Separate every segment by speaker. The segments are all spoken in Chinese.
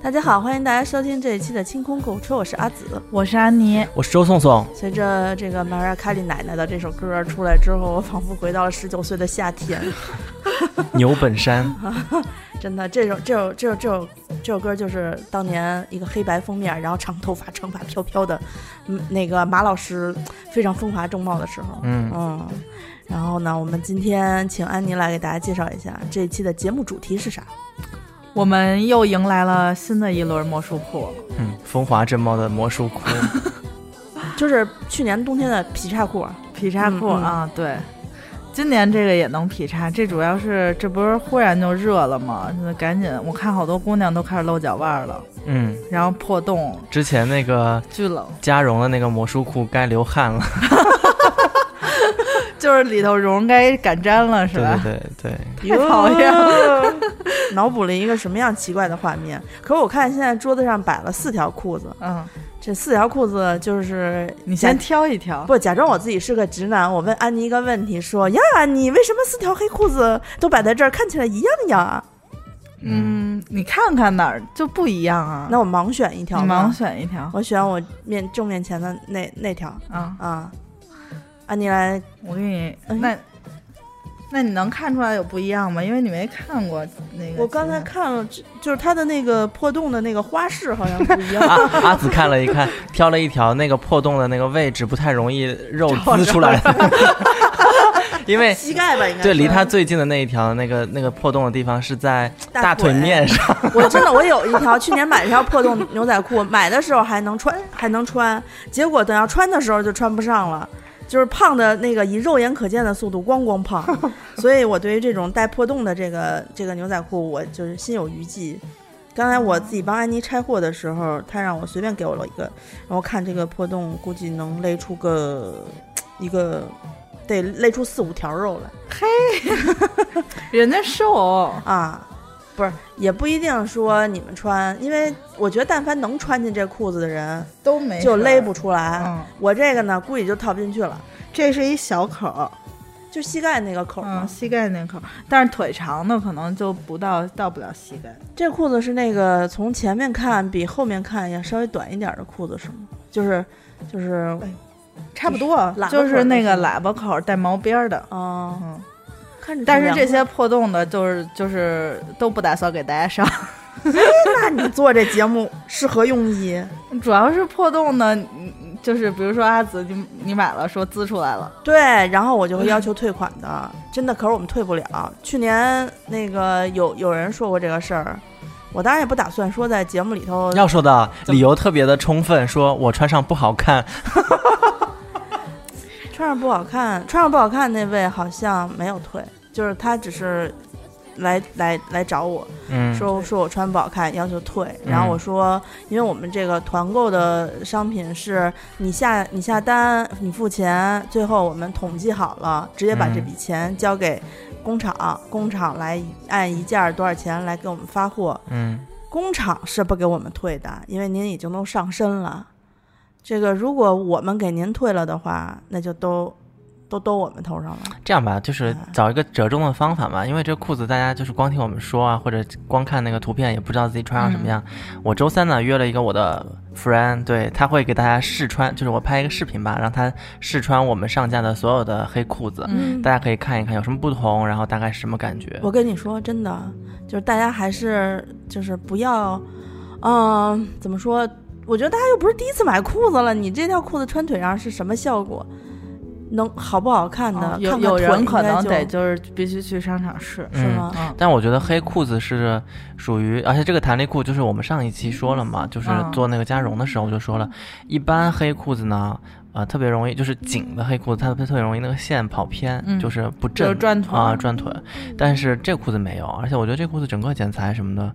Speaker 1: 大家好，欢迎大家收听这一期的清空购物车，我是阿紫。
Speaker 2: 嗯我是安妮，
Speaker 3: 我是周颂颂，
Speaker 1: 随着这个 Mariah Carey 奶奶的这首歌出来之后，我仿佛回到了十九岁的夏天。
Speaker 3: 牛 本山，
Speaker 1: 真的，这首这首这首这首这首歌就是当年一个黑白封面，然后长头发、长发飘飘的，嗯，那个马老师非常风华正茂的时候。
Speaker 3: 嗯，
Speaker 1: 嗯，然后呢，我们今天请安妮来给大家介绍一下这一期的节目主题是啥？
Speaker 2: 我们又迎来了新的一轮魔术库。
Speaker 3: 嗯，风华正茂的魔 术库，
Speaker 1: 就是去年冬天的劈叉裤。啊
Speaker 2: 劈叉裤
Speaker 1: 嗯嗯
Speaker 2: 啊，对，今年这个也能劈叉，这主要是这不是忽然就热了吗？那赶紧，我看好多姑娘都开始露脚腕了，
Speaker 3: 嗯，
Speaker 2: 然后破洞，
Speaker 3: 之前那个
Speaker 2: 巨冷，
Speaker 3: 嘉荣的那个魔术库该流汗了，
Speaker 2: 就是里头绒该擀粘了是
Speaker 3: 对
Speaker 2: 吧？
Speaker 3: 对对对，
Speaker 2: 太讨厌
Speaker 1: 了， 脑补了一个什么样奇怪的画面？可是我看现在桌子上摆了四条裤子，
Speaker 2: 嗯，
Speaker 1: 这四条裤子就是
Speaker 2: 你先
Speaker 1: 假
Speaker 2: 挑一挑，
Speaker 1: 不假装我自己是个直男，我问安妮一个问题，说呀，你为什么四条黑裤子都摆在这儿，看起来一样呀？
Speaker 3: 嗯，
Speaker 2: 嗯，你看看哪儿就不一样啊？
Speaker 1: 那我盲选一
Speaker 2: 你
Speaker 1: 条吧
Speaker 2: 盲，选一条
Speaker 1: 我选我面正面前的那那条
Speaker 2: 啊！
Speaker 1: 啊。安妮来，
Speaker 2: 我给你，
Speaker 1: 嗯
Speaker 2: 那那你能看出来有不一样吗？因为你没看过那个。
Speaker 1: 我刚才看了，就是它的那个破洞的那个花式好像不一 样
Speaker 3: 阿阿紫看了一看，挑了一条那个破洞的那个位置不太容易肉滋出 来，因为
Speaker 1: 膝盖吧，应该
Speaker 3: 对
Speaker 1: 是啊
Speaker 3: 离他最近的那一条那个那个破洞的地方是在
Speaker 1: 大
Speaker 3: 大腿
Speaker 1: 腿
Speaker 3: 面上，
Speaker 1: 我真的，我有一条去年买了一条破洞牛仔裤，买的时候还能穿，还能穿，结果等要穿的时候就穿不上了，就是胖的那个以肉眼可见的速度咣咣胖，所以我对于这种带破洞的这个这个牛仔裤，我就是心有余悸。刚才我自己帮安妮拆货的时候，她让我随便给我了一个，然后看这个破洞，估计能勒出个一个，得勒出四五条肉来。
Speaker 2: 人家瘦，
Speaker 1: 啊，不是，也不一定说你们穿，因为我觉得但凡能穿进这裤子的人，
Speaker 2: 都没
Speaker 1: 就
Speaker 2: 事儿
Speaker 1: 勒不出来。
Speaker 2: 嗯，
Speaker 1: 我这个呢，估计就套不进去了，
Speaker 2: 这是一小口儿，
Speaker 1: 就膝盖那个口嘛。
Speaker 2: 嗯，膝盖那口儿，但是腿长的可能就不到到不了膝盖。
Speaker 1: 这裤子是那个从前面看比后面看要稍微短一点的裤子是吗？就是，就是，
Speaker 2: 差不多
Speaker 1: 喇叭，
Speaker 2: 就
Speaker 1: 口儿
Speaker 2: 是
Speaker 1: 那
Speaker 2: 那个
Speaker 1: 种
Speaker 2: 喇叭口儿带毛边儿的，
Speaker 1: 哦、
Speaker 2: 嗯。
Speaker 1: 看着挺
Speaker 2: 但是这
Speaker 1: 凉
Speaker 2: 些破洞的，就是就是都不打算给大家上，
Speaker 1: 快， 那你做这节目是何用意？
Speaker 2: 主要是破洞呢，你就是比如说阿紫，你你买了说滋出来了，
Speaker 1: 对，然后我就会要求退款的，真的。可是我们退不了。去年那个有有人说过这个事儿，我当然也不打算说在节目里头
Speaker 3: 要说的
Speaker 1: 怎么
Speaker 3: 理由特别的充分，说我穿上不好看，
Speaker 1: 穿上不好看，穿上不好看那位好像没有退，就是他只是来来来找我
Speaker 3: 嗯，
Speaker 1: 说说我穿不好看，要求退。然后我说，因为我们这个团购的商品是你下你下单，你付钱，最后我们统计好了，直接把
Speaker 3: 嗯
Speaker 1: 这笔钱交给工厂，工厂来按一件儿多少钱来给我们发货。
Speaker 3: 嗯，
Speaker 1: 工厂是不给我们退的，因为您已经都上身了。这个如果我们给您退了的话，那就都都都我们头上了。
Speaker 3: 这样吧，就是
Speaker 1: 嗯
Speaker 3: 找一个折中的方法嘛，因为这裤子大家就是光听我们说啊，或者光看那个图片也不知道自己穿上什么
Speaker 1: 嗯
Speaker 3: 样。我周三呢约了一个我的 friend，对他会给大家试穿，就是我拍一个视频吧，让他试穿我们上架的所有的黑裤子，
Speaker 2: 嗯
Speaker 3: 大家可以看一看有什么不同，然后大概是什么感觉。
Speaker 1: 我跟你说，真的，就是大家还是就是不要，嗯、怎么说？我觉得大家又不是第一次买裤子了，你这条裤子穿腿上是什么效果？能好不好看的？
Speaker 2: 啊有
Speaker 1: 看看
Speaker 2: 有
Speaker 1: 腿
Speaker 2: 人可
Speaker 1: 应该
Speaker 2: 能
Speaker 1: 就
Speaker 2: 得就是必须去商场试，
Speaker 1: 是
Speaker 3: 嗯
Speaker 1: 吗？
Speaker 2: 嗯，
Speaker 3: 但我觉得黑裤子是属于，而且这个弹力裤就是我们上一期说了嘛，就是
Speaker 2: 嗯
Speaker 3: 做那个加绒的时候就说了，一般黑裤子呢，呃，特别容易就是紧的黑裤子，它特别容易那个线跑偏，
Speaker 2: 嗯
Speaker 3: 就是不
Speaker 2: 就
Speaker 3: 正
Speaker 2: 是转腿
Speaker 3: 啊转腿。但是这裤子没有，而且我觉得这裤子整个剪裁什么的。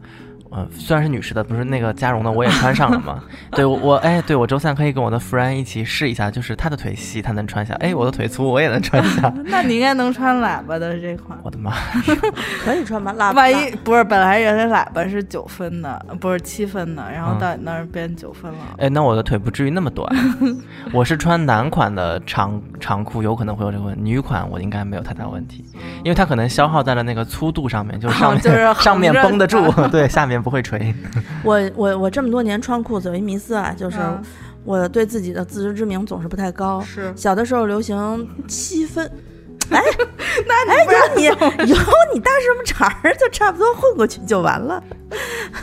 Speaker 3: 呃，虽然是女士的，不是那个加绒的，我也穿上了 嘛。对，我我哎，对我周三可以跟我的 friend 一起试一下，就是她的腿细，她能穿下；哎，我的腿粗，我也能穿 下。
Speaker 2: 那你应该能穿喇叭的这款。
Speaker 3: 我的妈！
Speaker 1: 可以穿吧，喇叭。
Speaker 2: 万一不是本来人家喇叭是九分的，不是七分的，然后
Speaker 3: 嗯
Speaker 2: 到你那儿变九分
Speaker 1: 嗯
Speaker 2: 了。
Speaker 3: 哎，那我的腿不至于那么 短。我是穿男款的长长裤，有可能会有这个问题。女款我应该没有太大 问题，因为它可能消耗在了那个粗度上面，就是上面、
Speaker 2: 哦就是横着
Speaker 3: 上面绷得住，
Speaker 2: 穿
Speaker 3: 对，下面不会 垂。
Speaker 1: 我我我这么多年穿裤子有一迷思啊，就是
Speaker 2: 嗯
Speaker 1: 我对自己的自知之明总是不太高。
Speaker 2: 是
Speaker 1: 小的时候流行七 分，哎，那哎有你有你搭什么茬儿，就差不多混过去就完了。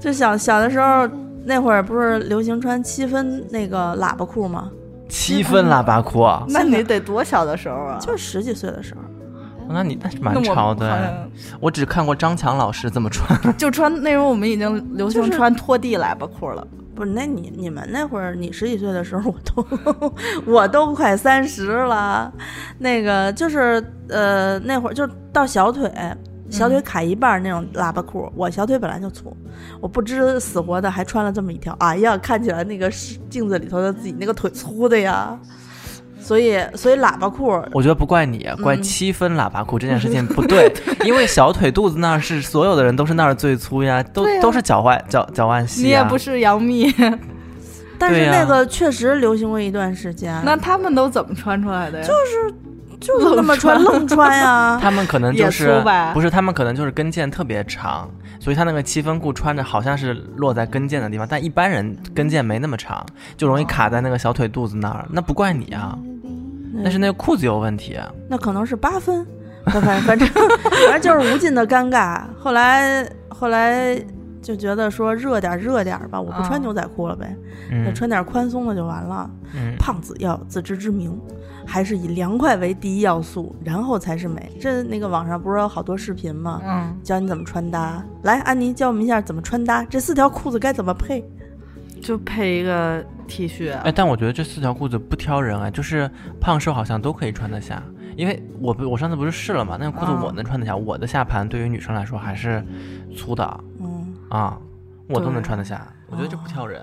Speaker 1: 就小小的时候那会儿不是流行穿七分那个喇叭裤吗？
Speaker 3: 七分喇叭裤，
Speaker 2: 那你得多小的时候啊？
Speaker 1: 就十几岁的时候，
Speaker 3: 那你那是
Speaker 2: 那
Speaker 3: 蛮
Speaker 2: 我
Speaker 3: 潮
Speaker 2: 好
Speaker 3: 的。哎
Speaker 2: 像
Speaker 3: 我只看过张强老师这么穿，
Speaker 2: 就穿那时候我们已经流
Speaker 1: 就
Speaker 2: 行
Speaker 1: 是
Speaker 2: 穿拖地喇叭裤了，
Speaker 1: 不是那你你们那会儿你十几岁的时候，我都我都快三十了，那个就是呃那会儿就到小腿。小腿卡一半儿那种喇叭裤，我小腿本来就粗，我不知死活的还穿了这么一条，哎呀，看起来那个是镜子里头的自己那个腿粗的呀，所以所以喇叭裤
Speaker 3: 我觉得不怪你，啊怪
Speaker 2: 嗯
Speaker 3: 七分喇叭裤这件事 情不对，因为小腿肚子那儿是所有的人都是那儿最粗呀，都
Speaker 2: 对啊
Speaker 3: 都是脚外脚脚腕细啊。
Speaker 2: 你也不是杨幂，
Speaker 1: 嗯但
Speaker 3: 对
Speaker 1: 是
Speaker 3: 呀。
Speaker 1: 那个确实流行过一段时间，
Speaker 2: 那他们都怎么穿出来的呀？
Speaker 1: 就是那么穿愣穿呀
Speaker 3: 他们可能就
Speaker 2: 也
Speaker 3: 是
Speaker 2: 粗吧
Speaker 3: 不是他们可能就是跟腱特别长，所以他那个七分裤穿着好像是落在跟腱的地方，但一般人跟腱没那么长，就容易卡在那个小腿肚子那儿。那不怪你啊，
Speaker 2: 嗯
Speaker 3: 那是那个裤子有问题啊。
Speaker 1: 那可能是八分，反反反正反正就是无尽的尴尬。后来后来就觉得说热点儿热点儿吧，我不穿
Speaker 2: 嗯
Speaker 1: 牛仔裤了呗，那
Speaker 3: 嗯
Speaker 1: 穿点宽松的就完了。
Speaker 3: 嗯，
Speaker 1: 胖子要有自知之明，还是以凉快为第一要素，然后才是美。这那个网上不是有好多视频吗？
Speaker 2: 嗯，
Speaker 1: 教你怎么穿搭，来，安妮教我们一下怎么穿搭，这四条裤子该怎么配？
Speaker 2: 就配一个 T 恤，啊
Speaker 3: 哎，但我觉得这四条裤子不挑人啊，就是胖瘦好像都可以穿得下。因为我不我上次不是试了嘛，那个裤子
Speaker 2: 啊
Speaker 3: 我能穿得下，我的下盘对于女生来说还是粗的
Speaker 1: 嗯，
Speaker 3: 啊，我都能
Speaker 2: 对哦
Speaker 3: 穿得下。我觉得这不挑人。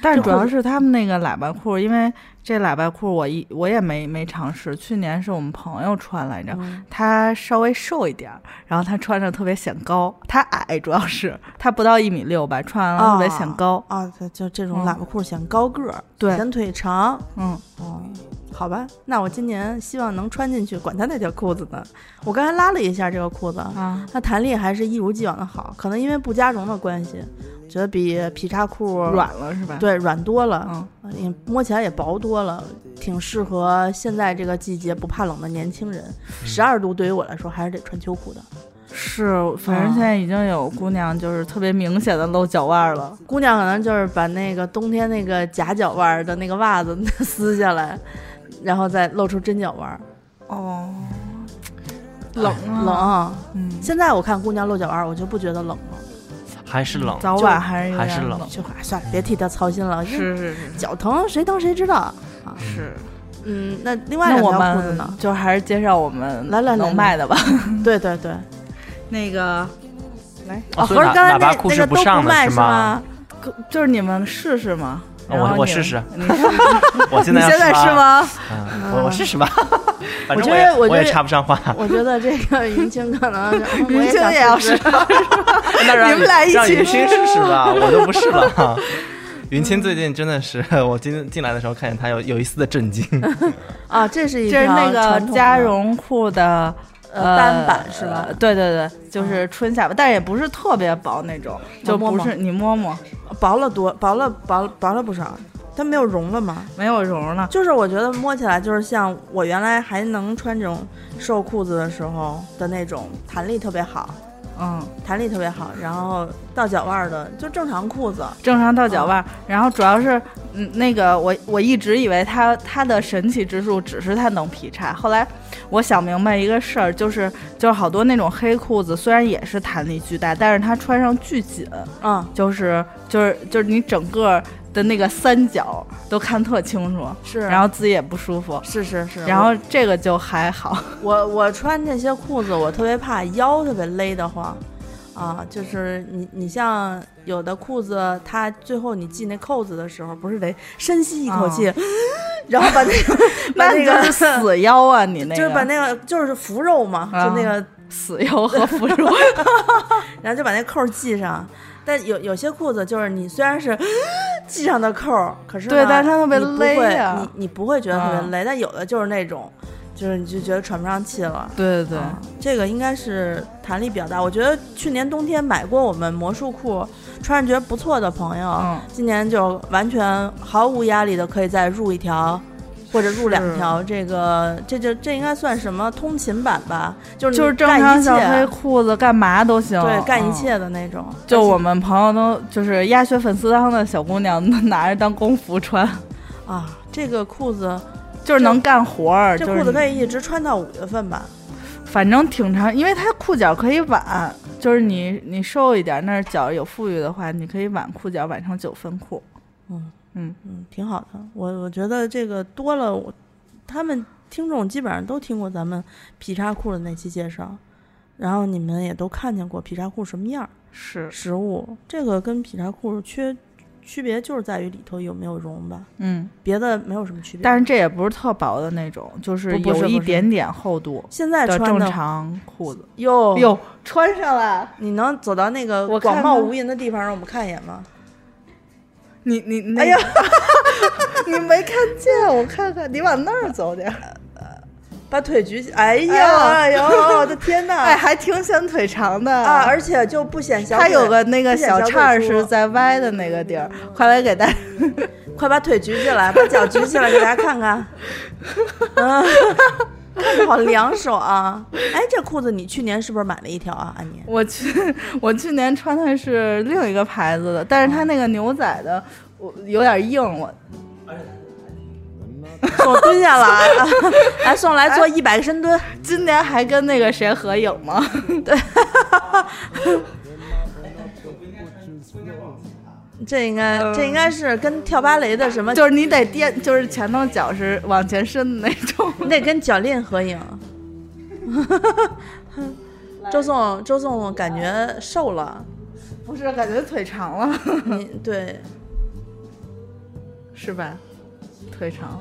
Speaker 2: 但
Speaker 1: 这
Speaker 2: 主要
Speaker 1: 裤
Speaker 2: 是他们那个喇叭裤，因为这喇叭裤我一我也没没尝试，去年是我们朋友穿来着，
Speaker 1: 嗯
Speaker 2: 他稍微瘦一点儿，然后他穿着特别显高，他矮主要是他不到一米六吧，穿完了特别显高，
Speaker 1: 啊，就就这种
Speaker 2: 嗯
Speaker 1: 喇叭裤显高个儿，
Speaker 2: 对
Speaker 1: 显腿长，
Speaker 2: 嗯，
Speaker 1: 哦，好吧，那我今年希望能穿进去，管他那条裤子呢。我刚才拉了一下这个裤子，
Speaker 2: 啊，
Speaker 1: 它弹力还是一如既往的好，可能因为不加绒的关系，觉得比劈叉裤
Speaker 2: 软了是吧？，
Speaker 1: 对，软多了，
Speaker 2: 嗯，
Speaker 1: 也摸起来也薄多了，挺适合现在这个季节不怕冷的年轻人。十二度对于我来说还是得穿秋裤的。
Speaker 2: 是，反正现在已经有姑娘就是特别明显的露脚腕儿了，
Speaker 1: 姑娘可能就是把那个冬天那个夹脚腕儿的那个袜子 撕下来，然后再露出真脚腕儿，
Speaker 2: 哦，冷啊，
Speaker 1: 冷啊。
Speaker 2: 嗯，
Speaker 1: 现在我看姑娘露脚腕儿，我就不觉得冷了，
Speaker 3: 还是冷，
Speaker 2: 早晚还是有
Speaker 3: 还
Speaker 2: 点
Speaker 3: 是冷
Speaker 1: 就哎算了，别替她操心了，因为
Speaker 2: 是是是
Speaker 1: 脚疼谁疼谁知道。
Speaker 2: 是。
Speaker 1: 嗯，那另外
Speaker 2: 那
Speaker 1: 两
Speaker 2: 我
Speaker 1: 条裤子呢
Speaker 2: 们？就还是介绍我们
Speaker 1: 来来来
Speaker 2: 能卖 的吧。
Speaker 1: 对对对，
Speaker 2: 那个，来，
Speaker 3: 啊
Speaker 1: 哦，
Speaker 3: 所
Speaker 1: 合
Speaker 3: 以
Speaker 1: 着
Speaker 3: 喇
Speaker 1: 刚才
Speaker 3: 喇叭
Speaker 1: 那
Speaker 3: 裤
Speaker 1: 那
Speaker 3: 是
Speaker 1: 个
Speaker 3: 不
Speaker 1: 都不
Speaker 3: 上的
Speaker 1: 卖
Speaker 3: 是吗？
Speaker 1: 吗？
Speaker 2: 可就是你们试试嘛。
Speaker 3: 哦
Speaker 2: 然后
Speaker 3: 我我
Speaker 2: 你
Speaker 3: 试试
Speaker 2: 你试试
Speaker 3: 我现
Speaker 2: 你
Speaker 3: 在要
Speaker 2: 现在
Speaker 3: 试
Speaker 2: 是
Speaker 3: 吧
Speaker 2: 吗？
Speaker 3: 嗯，我我试试 吧，反正
Speaker 1: 觉
Speaker 3: 我
Speaker 1: 得
Speaker 3: 也
Speaker 1: 我觉
Speaker 3: 也
Speaker 1: 得
Speaker 3: 插不上话。
Speaker 1: 我觉得这个 云清可能是，嗯我
Speaker 2: 云清
Speaker 1: 想
Speaker 2: 也要
Speaker 1: 试试
Speaker 2: 试，
Speaker 3: 那让
Speaker 2: 你们俩一
Speaker 3: 让
Speaker 2: 起
Speaker 3: 云清试试 吧，我都不试 了。云清最近真的是， 我今进来的时候看见她有有一丝的震惊。
Speaker 1: 啊，这是一
Speaker 2: 这是
Speaker 1: 条
Speaker 2: 那个
Speaker 1: 传统的
Speaker 2: 加绒裤的。
Speaker 1: 呃单版是吧嗯
Speaker 2: 呃？对对对，就是春夏吧，但是也不是特别薄那种，就
Speaker 1: 摸
Speaker 2: 不
Speaker 1: 摸
Speaker 2: 是你摸摸，
Speaker 1: 薄了多，薄了薄薄了不少，它没有绒了吗？
Speaker 2: 没有绒了。
Speaker 1: 就是我觉得摸起来就是像我原来还能穿这种瘦裤子的时候的那种，弹力特别好，
Speaker 2: 嗯，
Speaker 1: 弹力特别好，然后到脚腕儿的就正常裤子，
Speaker 2: 正常到脚腕
Speaker 1: 嗯
Speaker 2: 儿，然后主要是，嗯，那个我我一直以为它它的神奇之处只是它能劈叉，后来我想明白一个事儿，就是就是好多那种黑裤子虽然也是弹力巨大，但是它穿上巨紧，
Speaker 1: 嗯，
Speaker 2: 就是就是就是你整个的那个三角都看特清楚，
Speaker 1: 是，
Speaker 2: 然后自己也不舒服，
Speaker 1: 是是是，
Speaker 2: 然后这个就还好，
Speaker 1: 我我穿这些裤子，我特别怕腰特别勒得慌，啊，就是你你像有的裤子，它最后你系那扣子的时候，不是得深吸一口气，然后把那个把
Speaker 2: 你
Speaker 1: 那
Speaker 2: 就是
Speaker 1: 个
Speaker 2: 死腰啊，你那个
Speaker 1: 就是把那个就是扶肉嘛，
Speaker 2: 啊
Speaker 1: 就那个，
Speaker 2: 死腰和腐 乳，
Speaker 1: 然后就把那扣系上。但有有些裤子就是你虽然是 系上的扣儿，可是呢
Speaker 2: 对但是它特别勒呀嗯
Speaker 1: 你不会你你不会觉得特别勒，但有的就是那种。就是你就觉得喘不上气了。
Speaker 2: 对对对，
Speaker 1: 啊这个应该是弹力比较大。我觉得去年冬天买过我们魔术裤，穿上觉得不错的朋友，
Speaker 2: 嗯
Speaker 1: 今年就完全毫无压力的可以再入一条。或者入两条，这个这就这应该算什么通勤版吧？就是
Speaker 2: 就是是正常小黑
Speaker 1: 黑，
Speaker 2: 裤子干嘛都行，
Speaker 1: 啊对，干一
Speaker 2: 嗯。
Speaker 1: 切的那种。
Speaker 2: 就我们朋友都就是鸭血粉丝汤的小姑娘，拿着当工服穿，
Speaker 1: 啊，这个裤子，
Speaker 2: 就是能干活儿。
Speaker 1: 这
Speaker 2: 就是
Speaker 1: 裤子
Speaker 2: 你
Speaker 1: 可以一直穿到五月份吧？
Speaker 2: 反正挺长，因为它裤脚可以挽，就是你你瘦一点，那儿脚有富裕的话，你可以挽裤脚挽成九分裤。
Speaker 1: 嗯
Speaker 2: 嗯，
Speaker 1: 嗯，挺好的。我我觉得这个多了，我他们听众基本上都听过咱们劈叉裤的那期介绍，然后你们也都看见过劈叉裤什么样儿，
Speaker 2: 是，
Speaker 1: 实物这个跟劈叉裤缺区别就是在于里头有没有绒吧，
Speaker 2: 嗯，
Speaker 1: 别的没有什么区别。
Speaker 2: 但是这也不是特薄的那种，就是
Speaker 1: 不不是
Speaker 2: 有一
Speaker 1: 不是
Speaker 2: 点点厚度
Speaker 1: 现在
Speaker 2: 的
Speaker 1: 穿
Speaker 2: 正
Speaker 1: 的哦
Speaker 2: 常裤子。
Speaker 1: 哟，
Speaker 2: 哟，穿上了！
Speaker 1: 你能走到那个
Speaker 2: 我看
Speaker 1: 广袤
Speaker 2: 看
Speaker 1: 无垠的地方让我们看一眼吗？
Speaker 2: 你你那
Speaker 1: 哎 呀，
Speaker 2: 你没看见？我看看，你往那儿走点。
Speaker 1: 把腿举起，哎呀，
Speaker 2: 哎
Speaker 1: 哎呦，我的天呐！
Speaker 2: 哎，还挺显腿长的
Speaker 1: 啊，而且就不显小
Speaker 2: 它
Speaker 1: 腿。
Speaker 2: 有个那个
Speaker 1: 不显
Speaker 2: 小
Speaker 1: 腿
Speaker 2: 叉儿
Speaker 1: 粗
Speaker 2: 是在歪的那个地儿，快来给大家
Speaker 1: 快把腿举起来，把脚举起来给大家看 看。嗯，看着好凉爽啊！哎，这裤子你去年是不是买了一条啊，安妮？
Speaker 2: 我去，我去年穿的是另一个牌子的，但是它那个牛仔的，我有点硬，我
Speaker 1: 送蹲下 了啊，来送来
Speaker 2: 哎
Speaker 1: 做一百个深蹲。
Speaker 2: 今年还跟那个谁合影吗？
Speaker 1: 这应该这应该是跟跳芭蕾的什么？
Speaker 2: 嗯就是你得垫，就是前头脚是往前伸的那种。
Speaker 1: 你得跟脚链合影。周颂，周颂感觉瘦了，
Speaker 2: 不是，感觉腿长了，
Speaker 1: 你对
Speaker 2: 是吧？腿 长，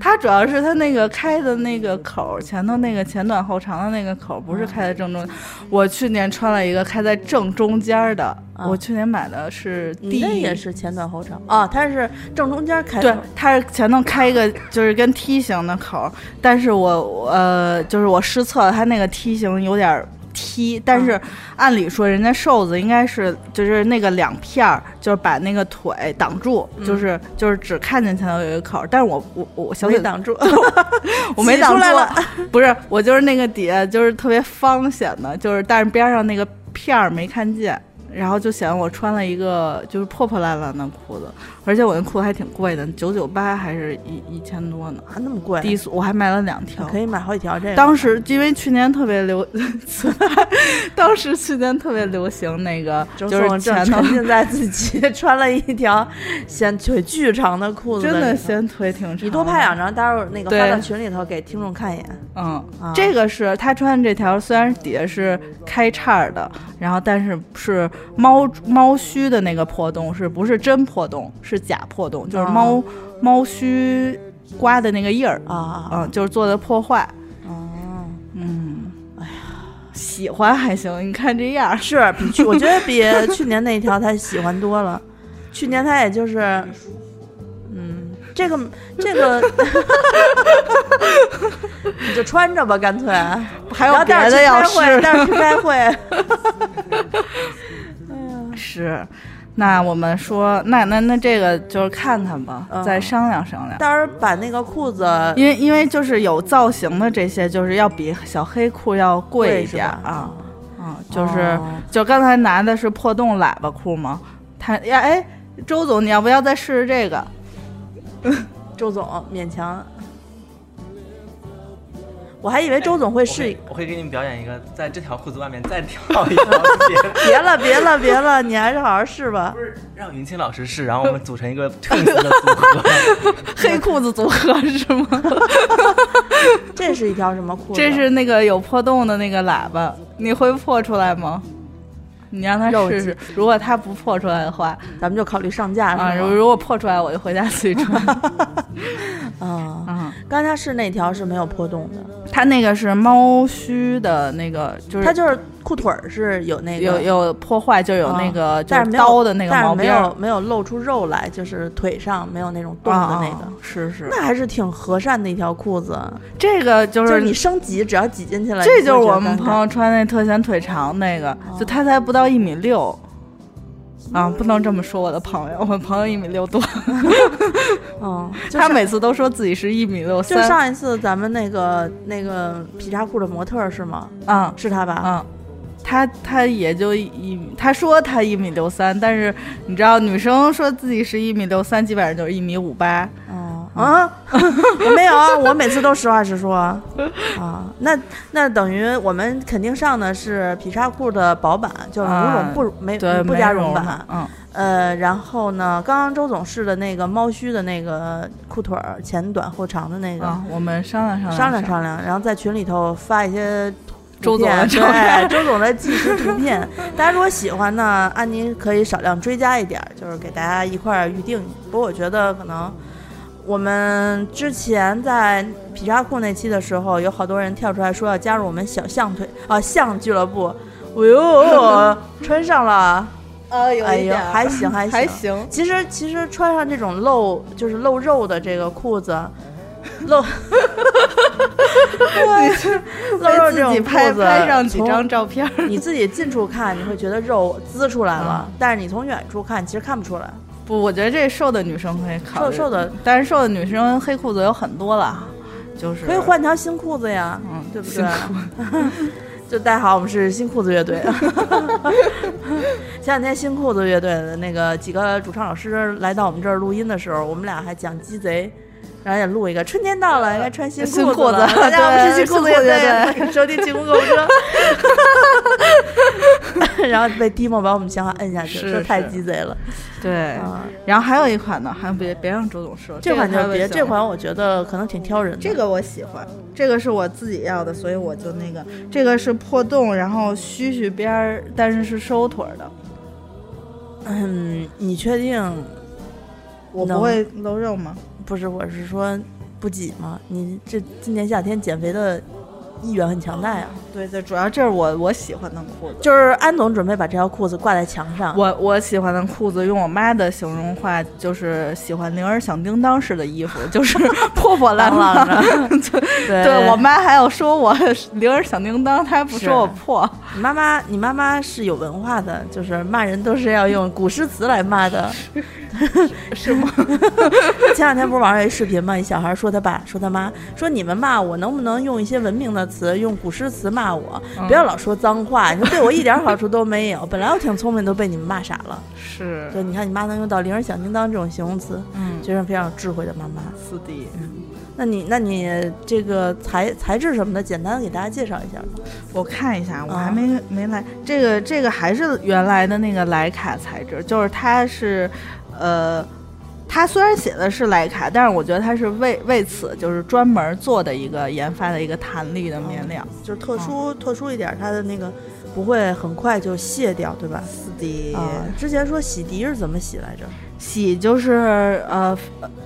Speaker 2: 它主要是它那个开的那个口儿，前头那个前短后长的那个口儿
Speaker 1: 嗯
Speaker 2: 不是开在正中。我去年穿了一个开在正中间儿的，
Speaker 1: 啊
Speaker 2: 我去年买的是第
Speaker 1: 你那也是前短后长啊，它是正中间开
Speaker 2: 对
Speaker 1: 的，，
Speaker 2: 它是前头开一个就是跟梯形的口儿，但是我我呃就是我失策了，它那个梯形有点儿梯，但
Speaker 1: 嗯
Speaker 2: 是按理说人家瘦子应该是就是那个两片儿，就是把那个腿挡住，就是就是只看见前头有一个口儿，但是我我我小
Speaker 1: 嗯
Speaker 2: 腿
Speaker 1: 没挡住。
Speaker 2: 我没挡
Speaker 1: 挤
Speaker 2: 住
Speaker 1: 出来了，啊
Speaker 2: 不是我就是那个底下就是特别方显的，就是但是边上那个片儿没看见，然后就显得我穿了一个就是破破烂烂的裤子，而且我那裤子还挺贵的，九九八还是一一千多呢，
Speaker 1: 啊，那么贵，
Speaker 2: 低俗我还买了两条。
Speaker 1: 可以买好几条这个。
Speaker 2: 当时因为去年特别流， 当时去年特别流行那个，
Speaker 1: 周
Speaker 2: 就是
Speaker 1: 颂正
Speaker 2: 前头
Speaker 1: 沉浸在自己 穿了一条显腿巨长的裤子
Speaker 2: 真
Speaker 1: 里头，
Speaker 2: 的显腿挺长的。
Speaker 1: 你多拍两张，待会儿那个
Speaker 2: 对
Speaker 1: 发到群里头给听众看一眼。
Speaker 2: 嗯，
Speaker 1: 啊
Speaker 2: 这个是他穿的这条，虽然底下是开叉儿的，然后但是是猫猫须的那个破洞，是不是真破洞？是假破洞，就是
Speaker 1: 啊
Speaker 2: 猫、猫须刮的那个印儿，
Speaker 1: 啊
Speaker 2: 嗯，就是做的破坏。
Speaker 1: 哦，
Speaker 2: 嗯，哎呀，啊喜欢还行，你看这样儿，
Speaker 1: 是比去，我觉得 比去年那一条他喜欢多了。去年他也就是，嗯，这个这 个，你就穿着吧，干脆。啊
Speaker 2: 还
Speaker 1: 然
Speaker 2: 有
Speaker 1: 后
Speaker 2: 别
Speaker 1: 待会
Speaker 2: 的要
Speaker 1: 儿去开会，
Speaker 2: 试
Speaker 1: 待 会儿去开会。
Speaker 2: 是。那我们说，那那那这个就是看看吧，
Speaker 1: 嗯
Speaker 2: 再商量商量。
Speaker 1: 到时候把那个裤子
Speaker 2: 因为因为就是有造型的这些，就是要比小黑裤要贵一
Speaker 1: 是
Speaker 2: 点
Speaker 1: 吧
Speaker 2: 儿啊，啊，就是、
Speaker 1: 哦
Speaker 2: 就刚才拿的是破洞喇叭裤吗？他呀，哎，周总，你要不要再试试 这个？
Speaker 1: 周总勉强。我还以为周总
Speaker 2: 哎
Speaker 1: 会
Speaker 3: 我
Speaker 1: 试
Speaker 3: 会，我会给你们表演一个，在这条裤子外面再跳一条街，
Speaker 1: 别了，别了，别了，你还是好好试吧
Speaker 3: 不。是让云清老师试，然后我们组成一个 twins 的组合。
Speaker 2: 黑裤子组合是吗？
Speaker 1: 这是一条什么裤子？
Speaker 2: 这是那个有破洞的那个喇叭，你会破出来吗？你让他
Speaker 1: 肉
Speaker 2: 试
Speaker 1: 鸡
Speaker 2: 试，如果他不破出来的话，
Speaker 1: 咱们就考虑上架
Speaker 2: 啊，
Speaker 1: 是
Speaker 2: 如
Speaker 1: 吗？
Speaker 2: 如果破出来，我就回家自己穿。
Speaker 1: 啊，
Speaker 2: 嗯，
Speaker 1: 刚才是那条是没有破洞的，
Speaker 2: 它那个是猫须的那个，就是
Speaker 1: 它就是裤腿儿是有那个
Speaker 2: 有有破坏，就有
Speaker 1: 啊
Speaker 2: 那个就
Speaker 1: 但是
Speaker 2: 是
Speaker 1: 没有
Speaker 2: 刀的那个
Speaker 1: 但是
Speaker 2: 毛
Speaker 1: 没
Speaker 2: 边儿
Speaker 1: 有没有露出肉来，就是腿上没有那种洞
Speaker 2: 啊
Speaker 1: 的那
Speaker 2: 啊
Speaker 1: 个，
Speaker 2: 是 是，
Speaker 1: 那还是挺和善的一条裤子。
Speaker 2: 这个就
Speaker 1: 就是
Speaker 2: 是
Speaker 1: 你升级，只要挤进去了，
Speaker 2: 这
Speaker 1: 你
Speaker 2: 就是
Speaker 1: 会觉得
Speaker 2: 我们
Speaker 1: 尴尬
Speaker 2: 朋友穿那特显腿长那个，就他才不到一米六。啊，不能这么说我的朋友，我朋友一米六多，
Speaker 1: 嗯，就
Speaker 2: 他
Speaker 1: 是
Speaker 2: 每次都说自己是一米六
Speaker 1: 就
Speaker 2: 三。
Speaker 1: 上一次咱们那个那个皮夹裤的模特儿是吗？
Speaker 2: 嗯
Speaker 1: 是他吧？
Speaker 2: 嗯，他他也就一，他说他一米六三，但是你知道女生说自己是一米六三，基本上就是一米五八。
Speaker 1: 嗯啊， 我没有啊，我每次都实话实说啊。啊，那那等于我们肯定上的是皮夹裤的薄版，就是无
Speaker 2: 啊
Speaker 1: 绒不、没
Speaker 2: 对，
Speaker 1: 不
Speaker 2: 没
Speaker 1: 加
Speaker 2: 绒
Speaker 1: 绒版。
Speaker 2: 的嗯，
Speaker 1: 呃，然后呢，刚刚周总试的那个猫须的那个裤腿儿前短后长的那个，
Speaker 2: 啊，我们商量商量
Speaker 1: 商量商量，然后在群里头发一些图
Speaker 2: 周总的
Speaker 1: 片
Speaker 2: 照片
Speaker 1: 对周总的即时图片。大家如果喜欢呢，安妮可以少量追加一点儿，就是给大家一块儿预定。不过我觉得可能我们之前在皮扎库那期的时候，有好多人跳出来说要加入我们小象腿啊象俱乐部。哎呦，穿上了，
Speaker 2: 呃，有
Speaker 1: 哎呦，还行还行
Speaker 2: 还行，
Speaker 1: 其实其实穿上这种露就是露肉的这个裤子，露 露肉这
Speaker 2: 自己
Speaker 1: 种
Speaker 2: 拍
Speaker 1: 裤子，
Speaker 2: 拍上几
Speaker 1: 从
Speaker 2: 张照片儿。
Speaker 1: 你自己近处看，你会觉得肉滋出来了，
Speaker 2: 嗯
Speaker 1: 但是你从远处看，其实看不出来。
Speaker 2: 不，我觉得这瘦的女生可以考
Speaker 1: 瘦
Speaker 2: 虑，
Speaker 1: 瘦的
Speaker 2: 但是瘦的女生黑裤子有很多了，就是
Speaker 1: 可以，换条新裤子呀，
Speaker 2: 嗯，
Speaker 1: 对不
Speaker 2: 辛
Speaker 1: 对
Speaker 2: 苦？
Speaker 1: 就大家好，我们是新裤子乐队。 前两天新裤子乐队的那个几个主唱老师来到我们这儿录音的时候，我们俩还讲鸡贼，然后也录一个春天到了，应该穿新
Speaker 2: 新
Speaker 1: 裤
Speaker 2: 裤
Speaker 1: 子了。
Speaker 2: 子
Speaker 1: 大家好，我们是
Speaker 2: 对
Speaker 1: 新裤子
Speaker 2: 新
Speaker 1: 乐
Speaker 2: 裤子乐
Speaker 1: 队，
Speaker 2: 队
Speaker 1: 欢迎收听 进屋购物车。 然后被 Dimo 把我们想法摁下去，
Speaker 2: 是
Speaker 1: 说太
Speaker 2: 是
Speaker 1: 鸡贼了
Speaker 2: 对。
Speaker 1: 啊！
Speaker 2: 然后还有一款呢，还别别让周总说，
Speaker 1: 这款
Speaker 2: 个他
Speaker 1: 就
Speaker 2: 会
Speaker 1: 别，
Speaker 2: 喜
Speaker 1: 这
Speaker 2: 欢
Speaker 1: 款我觉得可能挺挑人的。
Speaker 2: 这个我喜欢，这个是我自己要的，所以我就那个，这个是破洞，然后须须边儿，但是是收腿儿的，
Speaker 1: 嗯，你确定
Speaker 2: 我
Speaker 1: 能
Speaker 2: 不会露肉吗？
Speaker 1: 不是，我是说不挤吗？你这今年夏天减肥的意愿很强大呀。
Speaker 2: 对对，主要这是我我喜欢的裤子。
Speaker 1: 就是安总准备把这条裤子挂在墙上，
Speaker 2: 我我喜欢的裤子，用我妈的形容话就是喜欢铃儿响叮当式的衣服，就是 破破烂烂的。
Speaker 1: 对
Speaker 2: 对我妈还要说我 铃儿响叮当，她还不
Speaker 1: 是
Speaker 2: 说我破。
Speaker 1: 你妈妈，你妈妈是有文化的，就是骂人都是要用古诗词来骂的，
Speaker 2: 是吗？
Speaker 1: 前两天不是网上有一视频吗？一小孩说他爸，说他妈，说你们骂我能不能用一些文明的词，用古诗词骂我，不要老说脏话，你说对我一点好处都没有。本来我挺聪明，都被你们骂傻了。
Speaker 2: 是，
Speaker 1: 对，你看你妈能用到“铃儿响叮当”这种形容词，
Speaker 2: 嗯，
Speaker 1: 觉得非常有智慧的妈妈。
Speaker 2: 四 D。
Speaker 1: 那你那你这个材材质什么的，简单的给大家介绍一下吧。
Speaker 2: 我看一下，我
Speaker 1: 啊
Speaker 2: 还没、没来。这个这个还是原来的那个徕卡材质，就是它是，呃，它虽然写的是徕卡，但是我觉得它是为为此就是专门做的一个研发的一个弹力的面料。
Speaker 1: 就是特殊、特殊一点，它的那个不会很快就卸掉，对吧？
Speaker 2: 四 D
Speaker 1: 啊，之前说洗涤是怎么洗来着？
Speaker 2: 洗就是呃，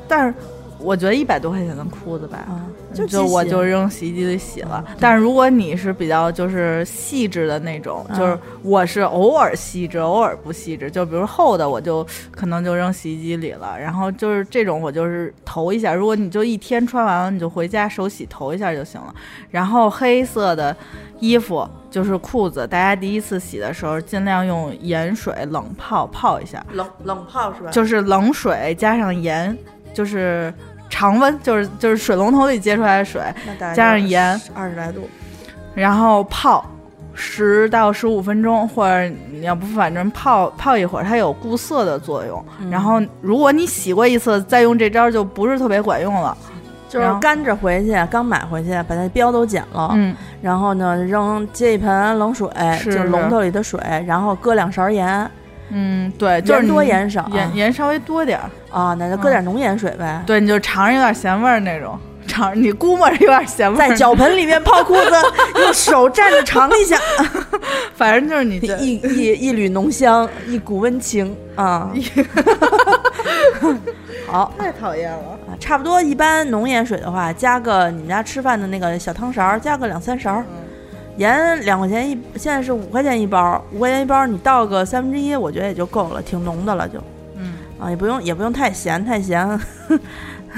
Speaker 2: 但是我觉得一百多块钱的裤子吧，嗯
Speaker 1: 啊，
Speaker 2: 就
Speaker 1: 就
Speaker 2: 我就
Speaker 1: 洗
Speaker 2: 扔洗衣机里洗了。但是如果你是比较就是细致的那种，
Speaker 1: 嗯
Speaker 2: 就是我是偶尔细致，偶尔不细致。就比如厚的，我就可能就扔洗衣机里了。然后就是这种，我就是投一下。如果你就一天穿完了，你就回家手洗投一下就行了。然后黑色的衣服就是裤子，大家第一次洗的时候尽量用盐水冷泡泡一下。
Speaker 1: 冷冷泡是吧？
Speaker 2: 就是冷水加上盐，就是常温，就是就是水龙头里接出来的水，
Speaker 1: 那大概
Speaker 2: 加上盐，
Speaker 1: 二十来度。
Speaker 2: 然后泡十到十五分钟，或者你要不反正泡泡一会儿，它有固色的作用。
Speaker 1: 嗯
Speaker 2: 然后如果你洗过一次，再用这招就不是特别管用了。
Speaker 1: 就是
Speaker 2: 然后
Speaker 1: 干着回去，刚买回去，把那标都剪了，
Speaker 2: 嗯，
Speaker 1: 然后呢扔接一盆冷水，
Speaker 2: 是
Speaker 1: 就是龙头里的水，然后搁两勺盐，
Speaker 2: 嗯，对，就是
Speaker 1: 盐
Speaker 2: 你
Speaker 1: 多盐少
Speaker 2: 盐盐稍微多点儿，
Speaker 1: 啊，那就搁点浓盐水呗，
Speaker 2: 对，你就尝着有点咸味儿那种，尝你估摸着有点 咸味儿，
Speaker 1: 在脚盆里面泡裤子，用手蘸着尝一下，
Speaker 2: 反正就是你觉得
Speaker 1: 一一一缕浓香，一股温情啊。
Speaker 2: 好，
Speaker 1: 太讨厌了。啊差不多，一般浓盐水的话，加个你们家吃饭的那个小汤勺儿，加个两三勺儿。
Speaker 2: 嗯
Speaker 1: 盐两块钱一，现在是五块钱一包，五块钱一包，你倒个三分之一，我觉得也就够了，挺浓的了就。
Speaker 2: 嗯
Speaker 1: 啊，也不用也不用太咸，太咸，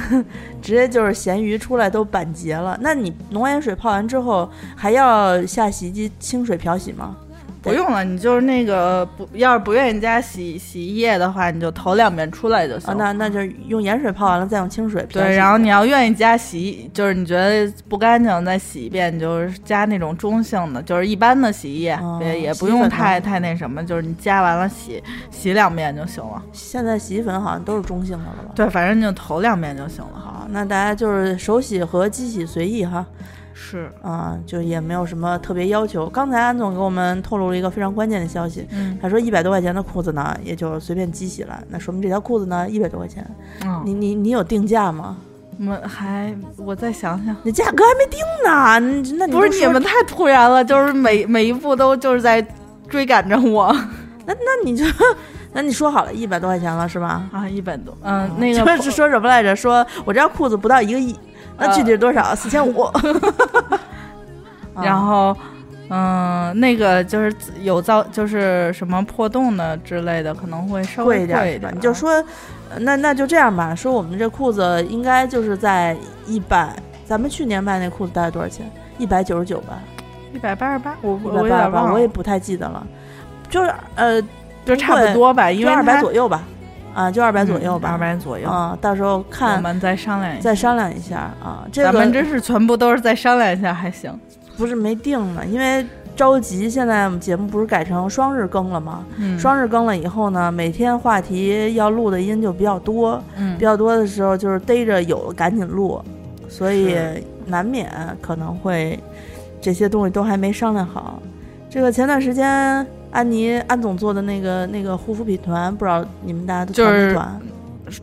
Speaker 1: 直接就是咸鱼出来都板结了。那你浓盐水泡完之后，还要下洗衣机清水漂洗吗？
Speaker 2: 不用了，你就是那个不，要是不愿意加洗洗衣液的话，你就头两遍出来就
Speaker 1: 啊，
Speaker 2: 行。
Speaker 1: 那那就是用盐水泡完了，再用清水漂洗。
Speaker 2: 对，然后你要愿意加洗衣，就是你觉得不干净再洗一遍，你就是加那种中性的，就是一般的洗衣液，
Speaker 1: 哦
Speaker 2: 也也
Speaker 1: 洗
Speaker 2: 不
Speaker 1: 衣粉啊
Speaker 2: 用
Speaker 1: 吗
Speaker 2: 太太那什么，就是你加完了洗洗两遍就行了。
Speaker 1: 现在洗衣粉好像都是中性的了吧？
Speaker 2: 对，反正就头两遍就行了。
Speaker 1: 好，那大家就是手洗和机洗随意哈，
Speaker 2: 是，
Speaker 1: 啊、就也没有什么特别要求。刚才安总给我们透露了一个非常关键的消息，
Speaker 2: 嗯，
Speaker 1: 他说一百多块钱的裤子呢，也就随便机洗了，那说明这条裤子呢一百多块钱。
Speaker 2: 嗯，
Speaker 1: 你你你有定价吗？
Speaker 2: 我们还我再想想。
Speaker 1: 你价格还没定呢，你那你
Speaker 2: 不是
Speaker 1: 就
Speaker 2: 你
Speaker 1: 说
Speaker 2: 们，太突然了，就是每每一步都就是在追赶着我
Speaker 1: 那你就那你说好了一百多块钱了是吧？
Speaker 2: 啊，一本多，嗯，那个
Speaker 1: 就是说什么来着？说我这条裤子不到一个亿，
Speaker 2: 呃
Speaker 1: 那具体是多少？四千 五。啊
Speaker 2: 然后，嗯、那个就是有造，就是什么破洞的之类的，可能会稍微
Speaker 1: 贵一
Speaker 2: 点
Speaker 1: 点
Speaker 2: 儿。
Speaker 1: 是吧？你就说，呃那那就这样吧，说我们这裤子应该就是在一百，咱们去年卖那裤子大概多少钱？一百九十九吧，
Speaker 2: 一百八十八，我
Speaker 1: 一
Speaker 2: 我有
Speaker 1: 百八十
Speaker 2: 点忘
Speaker 1: 八，
Speaker 2: 了，
Speaker 1: 我也不太记得了，就是呃，
Speaker 2: 就差不多吧，因
Speaker 1: 就
Speaker 2: 为
Speaker 1: 二百
Speaker 2: 它嗯
Speaker 1: 左右吧，啊，就二百左右吧，
Speaker 2: 二百左右。
Speaker 1: 啊，到时候
Speaker 2: 我
Speaker 1: 看
Speaker 2: 们再商量一下，
Speaker 1: 再商量一下啊，这
Speaker 2: 咱们
Speaker 1: 个
Speaker 2: 真是全部都是再商量一下，还行。
Speaker 1: 不是没定呢，因为着急，现在我们节目不是改成双日更了吗？
Speaker 2: 嗯，
Speaker 1: 双日更了以后呢，每天话题要录的音就比较多，
Speaker 2: 嗯
Speaker 1: 比较多的时候就是逮着有赶紧录，所以
Speaker 2: 是
Speaker 1: 难免可能会这些东西都还没商量好。这个前段时间安妮安总做的那个那个护肤品团，不知道你们大家都
Speaker 2: 就
Speaker 1: 团
Speaker 2: 是
Speaker 1: 没团？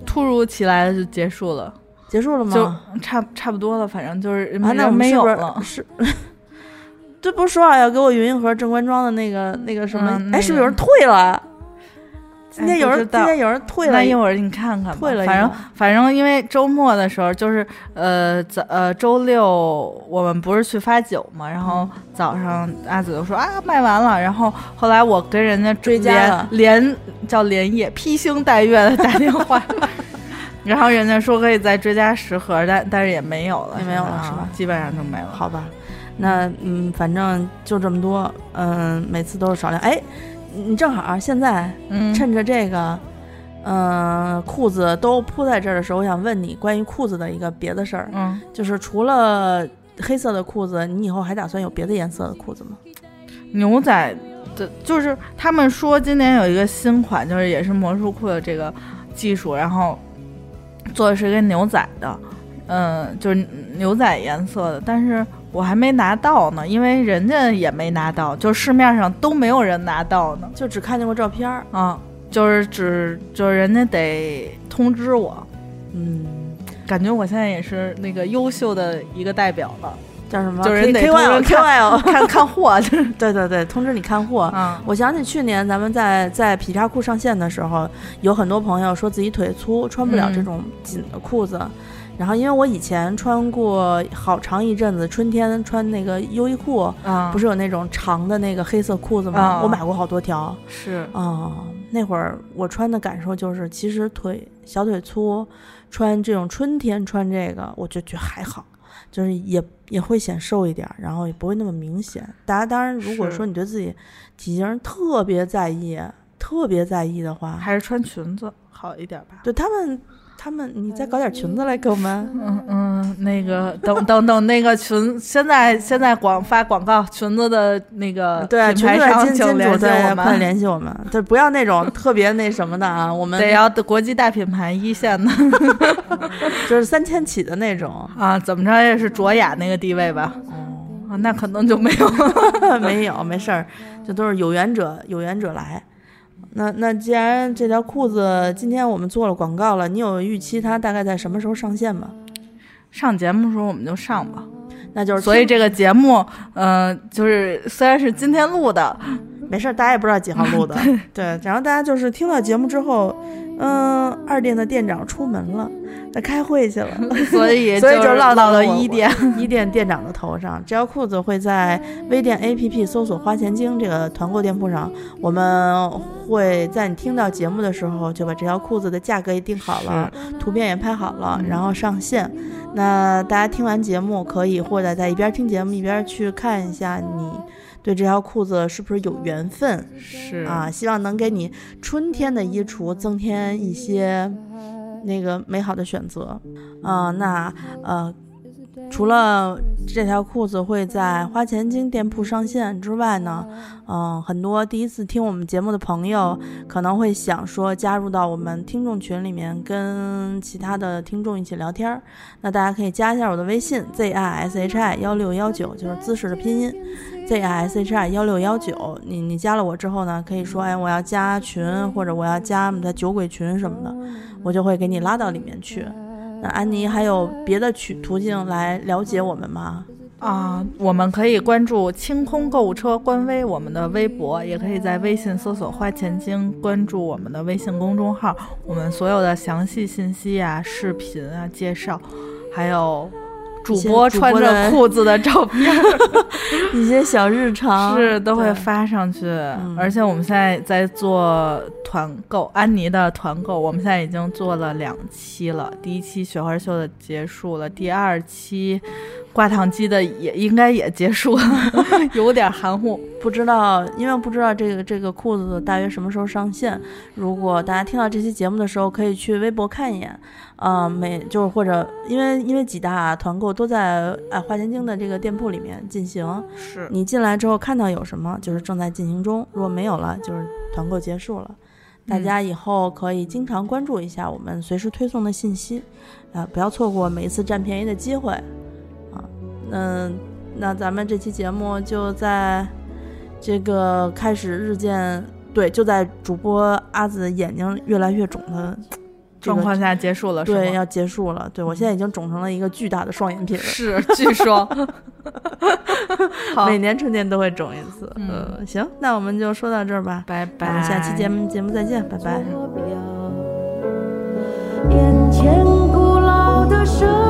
Speaker 2: 突如其来的就结束了，
Speaker 1: 结束了
Speaker 2: 就
Speaker 1: 吗？
Speaker 2: 差差不多了，反正就是
Speaker 1: 啊，那我
Speaker 2: 人
Speaker 1: 们
Speaker 2: 没
Speaker 1: 是
Speaker 2: 有
Speaker 1: 不是
Speaker 2: 了。
Speaker 1: 是？这不是说好啊要给我云一盒正官庄的那个那个什么？
Speaker 2: 嗯
Speaker 1: 哎，
Speaker 2: 那
Speaker 1: 是不是
Speaker 2: 个
Speaker 1: 有人退了？今天
Speaker 2: 哎
Speaker 1: 有
Speaker 2: 不
Speaker 1: 人、
Speaker 2: 知
Speaker 1: 今
Speaker 2: 道
Speaker 1: 天有人退
Speaker 2: 那
Speaker 1: 了一
Speaker 2: 一会儿你看看吧，
Speaker 1: 退了一个
Speaker 2: 反正反正因为周末的时候就是呃早呃周六我们不是去发酒嘛，然后早上阿紫就说啊卖完了，然后后来我跟人家
Speaker 1: 追加了
Speaker 2: 连连叫连夜披星戴月的打电话。然后人家说可以再追加十盒，但但是也没有了，
Speaker 1: 也没有了
Speaker 2: 现在啊
Speaker 1: 是吧
Speaker 2: 基本上就没了。
Speaker 1: 好吧，那嗯，反正就这么多，嗯，每次都是少量。哎，你正好啊现在
Speaker 2: 嗯，
Speaker 1: 趁着这个，嗯、裤子都铺在这儿的时候，我想问你关于裤子的一个别的事儿，
Speaker 2: 嗯，
Speaker 1: 就是除了黑色的裤子，你以后还打算有别的颜色的裤子吗？
Speaker 2: 牛仔的，就是他们说今年有一个新款，就是也是魔术裤的这个技术，然后做的是一个牛仔的，嗯，就是牛仔颜色的，但是我还没拿到呢，因为人家也没拿到，就市面上都没有人拿到呢，
Speaker 1: 就只看见过照片儿，
Speaker 2: 啊，就是只就是人家得通知我，
Speaker 1: 嗯，
Speaker 2: 感觉我现在也是那个优秀的一个代表了，
Speaker 1: 叫什么？
Speaker 2: 就是人得
Speaker 1: K
Speaker 2: 通
Speaker 1: Y
Speaker 2: 知
Speaker 1: L K Y L，
Speaker 2: 看看货，就是
Speaker 1: 对对对，通知你看货。
Speaker 2: 啊，
Speaker 1: 我想起去年咱们在在劈叉裤上线的时候，有很多朋友说自己腿粗，穿不了
Speaker 2: 嗯
Speaker 1: 这种紧的裤子。然后因为我以前穿过好长一阵子，春天穿那个优衣库，
Speaker 2: 啊，
Speaker 1: 不是有那种长的那个黑色裤子吗？
Speaker 2: 啊
Speaker 1: 我买过好多条啊、
Speaker 2: 是，
Speaker 1: 那会儿我穿的感受就是，其实腿小腿粗，穿这种春天穿这个，我就觉得还好，就是也也会显瘦一点儿，然后也不会那么明显。大家当然，如果
Speaker 2: 是
Speaker 1: 说你对自己体型特别在意、特别在意的话，
Speaker 2: 还是穿裙子好一点吧。
Speaker 1: 对他们，他们你再搞点裙子来给我们。
Speaker 2: 嗯嗯，那个等等等，那个裙，现在现在广发广告，裙子的那个
Speaker 1: 对，
Speaker 2: 呃
Speaker 1: 啊
Speaker 2: 品
Speaker 1: 裙
Speaker 2: 牌
Speaker 1: 子来
Speaker 2: 商
Speaker 1: 金金
Speaker 2: 请
Speaker 1: 主，
Speaker 2: 联系我
Speaker 1: 对，快
Speaker 2: 们，
Speaker 1: 联系我们，对，不要那种特别那什么的啊，我们
Speaker 2: 得要国际大品牌一线 的
Speaker 1: 就是三千起的那种，
Speaker 2: 啊，怎么着也是卓雅那个地位吧？啊，那可能就没有 了。
Speaker 1: 没有，没事儿，这都是有缘者，有缘者来。那那既然这条裤子今天我们做了广告了，你有预期它大概在什么时候上线吗？
Speaker 2: 上节目的时候我们就上吧。
Speaker 1: 那就是
Speaker 2: 所以
Speaker 1: 听
Speaker 2: 这个节目，嗯、就是虽然是 今天录的，
Speaker 1: 没事儿，大家也不知道几号录的，对。然后大家就是听到节目之后，嗯，二店的店长出门了，他开会去了，
Speaker 2: 所以
Speaker 1: 所以
Speaker 2: 就
Speaker 1: 落
Speaker 2: 到
Speaker 1: 了
Speaker 2: 了一店。，
Speaker 1: 一店店长的头上。这条裤子会在微店 APP 搜索“花钱精”这个团购店铺上，我们会在你听到节目的时候就把这条裤子的价格也定好了，图片也拍好了，然后上线。那大家听完节目可以或者在一边听节目一边去看一下你。对这条裤子是不是有缘分
Speaker 2: 是
Speaker 1: 啊？，希望能给你春天的衣橱增添一些那个美好的选择。啊、那呃，除了这条裤子会在花钱精店铺上线之外呢，嗯、很多第一次听我们节目的朋友可能会想说加入到我们听众群里面，跟其他的听众一起聊天儿。那大家可以加一下我的微信 z i s h i 幺六幺九，就是姿势的拼音。Z I S H I 幺六幺九，你你加了我之后呢，可以说哎我要加群或者我要加我们的酒鬼群什么的，我就会给你拉到里面去。那安妮还有别的渠途径来了解我们吗？
Speaker 2: 啊，我们可以关注清空购物车官微，我们的微博，也可以在微信搜索“花钱精”，关注我们的微信公众号，我们所有的详细信息啊、视频啊、介绍，还有主播
Speaker 1: 一些主播
Speaker 2: 穿着
Speaker 1: 的
Speaker 2: 裤子的照片儿，
Speaker 1: 一些小日常
Speaker 2: 是都会
Speaker 1: 啊对嗯
Speaker 2: 发上去。而且我们现在在做团购，安妮的团购，我们现在已经做了两期了。第一期雪花秀的结束了，第二期挂烫机的也应该也结束了， 有点 含糊。
Speaker 1: 不知道，因为不知道这个这个裤子大约什么时候上线。如果大家听到这期节目的时候，可以去微博看一眼。呃，每就是或者因为因为几大团购都在啊花钱精的这个店铺里面进行。
Speaker 2: 是
Speaker 1: 你进来之后看到有什么，就是正在进行中；如果没有了，就是团购结束了。大家
Speaker 2: 嗯
Speaker 1: 以后可以经常关注一下我们随时推送的信息，啊、不要错过每一次占便宜的机会啊。嗯，那咱们这期节目就在这个开始日渐对，就在主播阿紫眼睛越来越肿的这
Speaker 2: 状
Speaker 1: 个
Speaker 2: 况下结束了，
Speaker 1: 对
Speaker 2: 是吗？
Speaker 1: 要结束了。对我现在已经肿成了一个巨大的双眼皮了。
Speaker 2: 是，据说。好
Speaker 1: 每，年春天都会肿一次。
Speaker 2: 嗯
Speaker 1: 呃，行，那我们就说到这儿吧，
Speaker 2: 拜
Speaker 1: 我
Speaker 2: 拜，
Speaker 1: 们下期节目节目再见，拜拜。
Speaker 4: 坐标眼前古老的社